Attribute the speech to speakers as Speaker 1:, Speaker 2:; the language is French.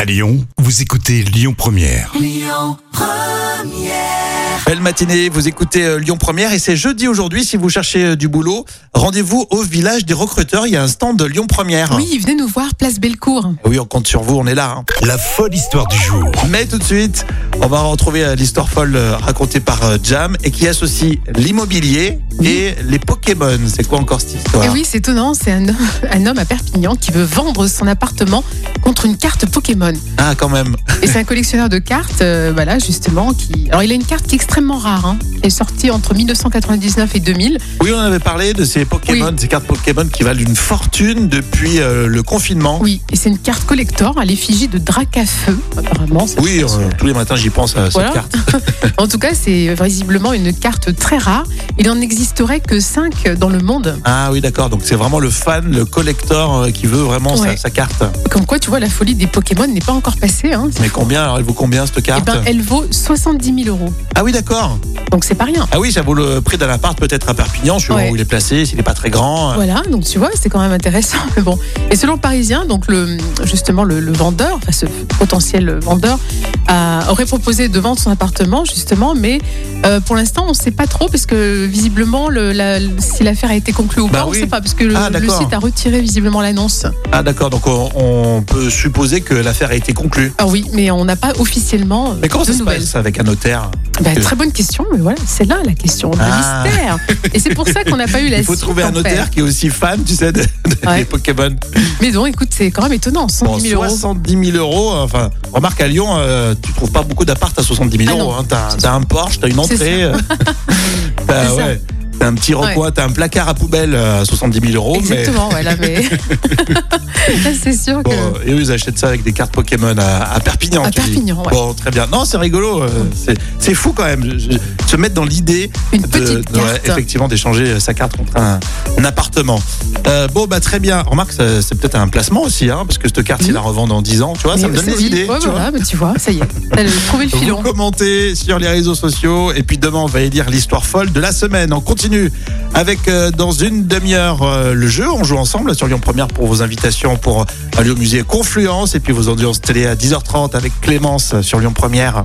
Speaker 1: À Lyon, vous écoutez Lyon Première.
Speaker 2: Belle matinée, vous écoutez euh, Lyon Première et c'est jeudi aujourd'hui si vous cherchez euh, du boulot. Rendez-vous au village des recruteurs, il y a un stand de Lyon Première. Ah
Speaker 3: Oui, venez nous voir, place Bellecour.
Speaker 2: Oui, on compte sur vous, on est là. hein.
Speaker 1: La folle histoire du jour.
Speaker 2: Mais tout de suite, on va retrouver euh, l'histoire folle euh, racontée par euh, Jam et qui associe l'immobilier et les Pokémon. C'est quoi encore cette histoire
Speaker 3: Et Eh oui, c'est étonnant, c'est un, homme- un homme à Perpignan qui veut vendre son appartement contre une carte Pokémon.
Speaker 2: Ah, quand même.
Speaker 3: Et c'est un collectionneur de cartes, euh, voilà, justement, qui... Alors, il a une carte qui est extrêmement rare, hein. Elle est sortie entre 1999 et 2000.
Speaker 2: Oui, on avait parlé de ces Pokémon, ces cartes Pokémon qui valent une fortune depuis euh, le confinement.
Speaker 3: Oui, et c'est une carte collector à l'effigie de drac à feu, apparemment. ça
Speaker 2: Oui,
Speaker 3: fait-
Speaker 2: euh, tous les matins j'y pense à cette
Speaker 3: Voilà.
Speaker 2: carte.
Speaker 3: En tout cas, c'est visiblement une carte très rare. Il n'en existerait que 5 dans le monde.
Speaker 2: Ah oui, d'accord. Donc c'est vraiment le fan, le collector euh, qui veut vraiment sa-
Speaker 3: Ouais.
Speaker 2: sa, carte.
Speaker 3: Comme quoi, tu vois, la folie des Pokémon n'est pas encore passée. Hein.
Speaker 2: Mais combien Alors elle vaut combien cette
Speaker 3: Eh
Speaker 2: carte
Speaker 3: ben, eh- elle vaut 70 000 euros.
Speaker 2: Ah oui, d'accord.
Speaker 3: Donc, c'est pas rien.
Speaker 2: Ah oui, ça vaut le prix d'un appart peut-être à Perpignan, suivant
Speaker 3: Ouais.
Speaker 2: où il est placé, s'il n'est pas très grand.
Speaker 3: Voilà, donc tu vois, c'est quand même intéressant. Mais bon. Et selon le Parisien, donc le, justement, le, le vendeur, enfin ce potentiel vendeur, a- aurait proposé de vendre son appartement, justement, mais euh, pour l'instant, on ne sait pas trop, parce que visiblement, le- la- si l'affaire a été conclue ou
Speaker 2: Bah
Speaker 3: pas, on ne
Speaker 2: oui.
Speaker 3: sait pas, parce que le,
Speaker 2: Ah,
Speaker 3: le
Speaker 2: d'accord.
Speaker 3: site a retiré visiblement l'annonce.
Speaker 2: Ah d'accord, donc on, on peut supposer que l'affaire a été conclue.
Speaker 3: Ah oui, mais on n'a pas officiellement euh,
Speaker 2: Mais comment
Speaker 3: de
Speaker 2: ça se
Speaker 3: nouvelles.
Speaker 2: passe avec un notaire
Speaker 3: Bah, très bonne question, mais voilà, c'est là la question, le
Speaker 2: Ah.
Speaker 3: mystère. Et c'est pour ça qu'on n'a pas eu la
Speaker 2: Il faut
Speaker 3: suite,
Speaker 2: trouver un
Speaker 3: en fait.
Speaker 2: notaire qui est aussi fan, tu sais, de- de-
Speaker 3: Ouais.
Speaker 2: des Pokémon.
Speaker 3: Mais bon, écoute, c'est quand même étonnant, 110
Speaker 2: Bon,
Speaker 3: 000 euros.
Speaker 2: 70 000 euros. Enfin, remarque à Lyon, euh, tu trouves pas beaucoup d'appart à 70 000
Speaker 3: Ah non,
Speaker 2: euros. hein. T'as
Speaker 3: c'est
Speaker 2: t'as un Porsche, t'as une
Speaker 3: C'est
Speaker 2: entrée. euh, t'as
Speaker 3: C'est ça.
Speaker 2: ouais, t'as un petit recoin, t'as un placard à poubelle euh, à 70 000 euros.
Speaker 3: Exactement, ouais, là, mais. là, c'est sûr
Speaker 2: Mais
Speaker 3: que.
Speaker 2: bon, et eux, ils achètent ça avec des cartes Pokémon à, à Perpignan.
Speaker 3: À
Speaker 2: tu dis.
Speaker 3: Perpignan, ouais.
Speaker 2: Bon, très bien. Non, c'est rigolo. euh, c'est- C'est fou quand même. Je- je- se mettre dans l'idée
Speaker 3: Une
Speaker 2: de-
Speaker 3: petite
Speaker 2: de- ouais,
Speaker 3: carte.
Speaker 2: effectivement d'échanger sa carte contre un, un appartement. Euh, bon, bah très bien. Remarque, ça- c'est peut-être un placement aussi, hein, parce que cette carte,
Speaker 3: Mhm.
Speaker 2: ils la revendent dans 10 ans. Tu vois, ça me
Speaker 3: Mais
Speaker 2: donne
Speaker 3: c'est-
Speaker 2: des idées.
Speaker 3: Ouais,
Speaker 2: tu vois.
Speaker 3: voilà, mais tu vois, ça y est. T'as le- trouvé le
Speaker 2: Vous
Speaker 3: filon.
Speaker 2: commentez sur les réseaux sociaux et puis demain on va élire l'histoire folle de la semaine. On continue avec euh, dans une demi-heure euh, le jeu. On joue ensemble sur Lyon Première pour vos invitations pour aller au musée Confluence et puis vos audiences télé à 10h30 avec Clémence sur Lyon Première.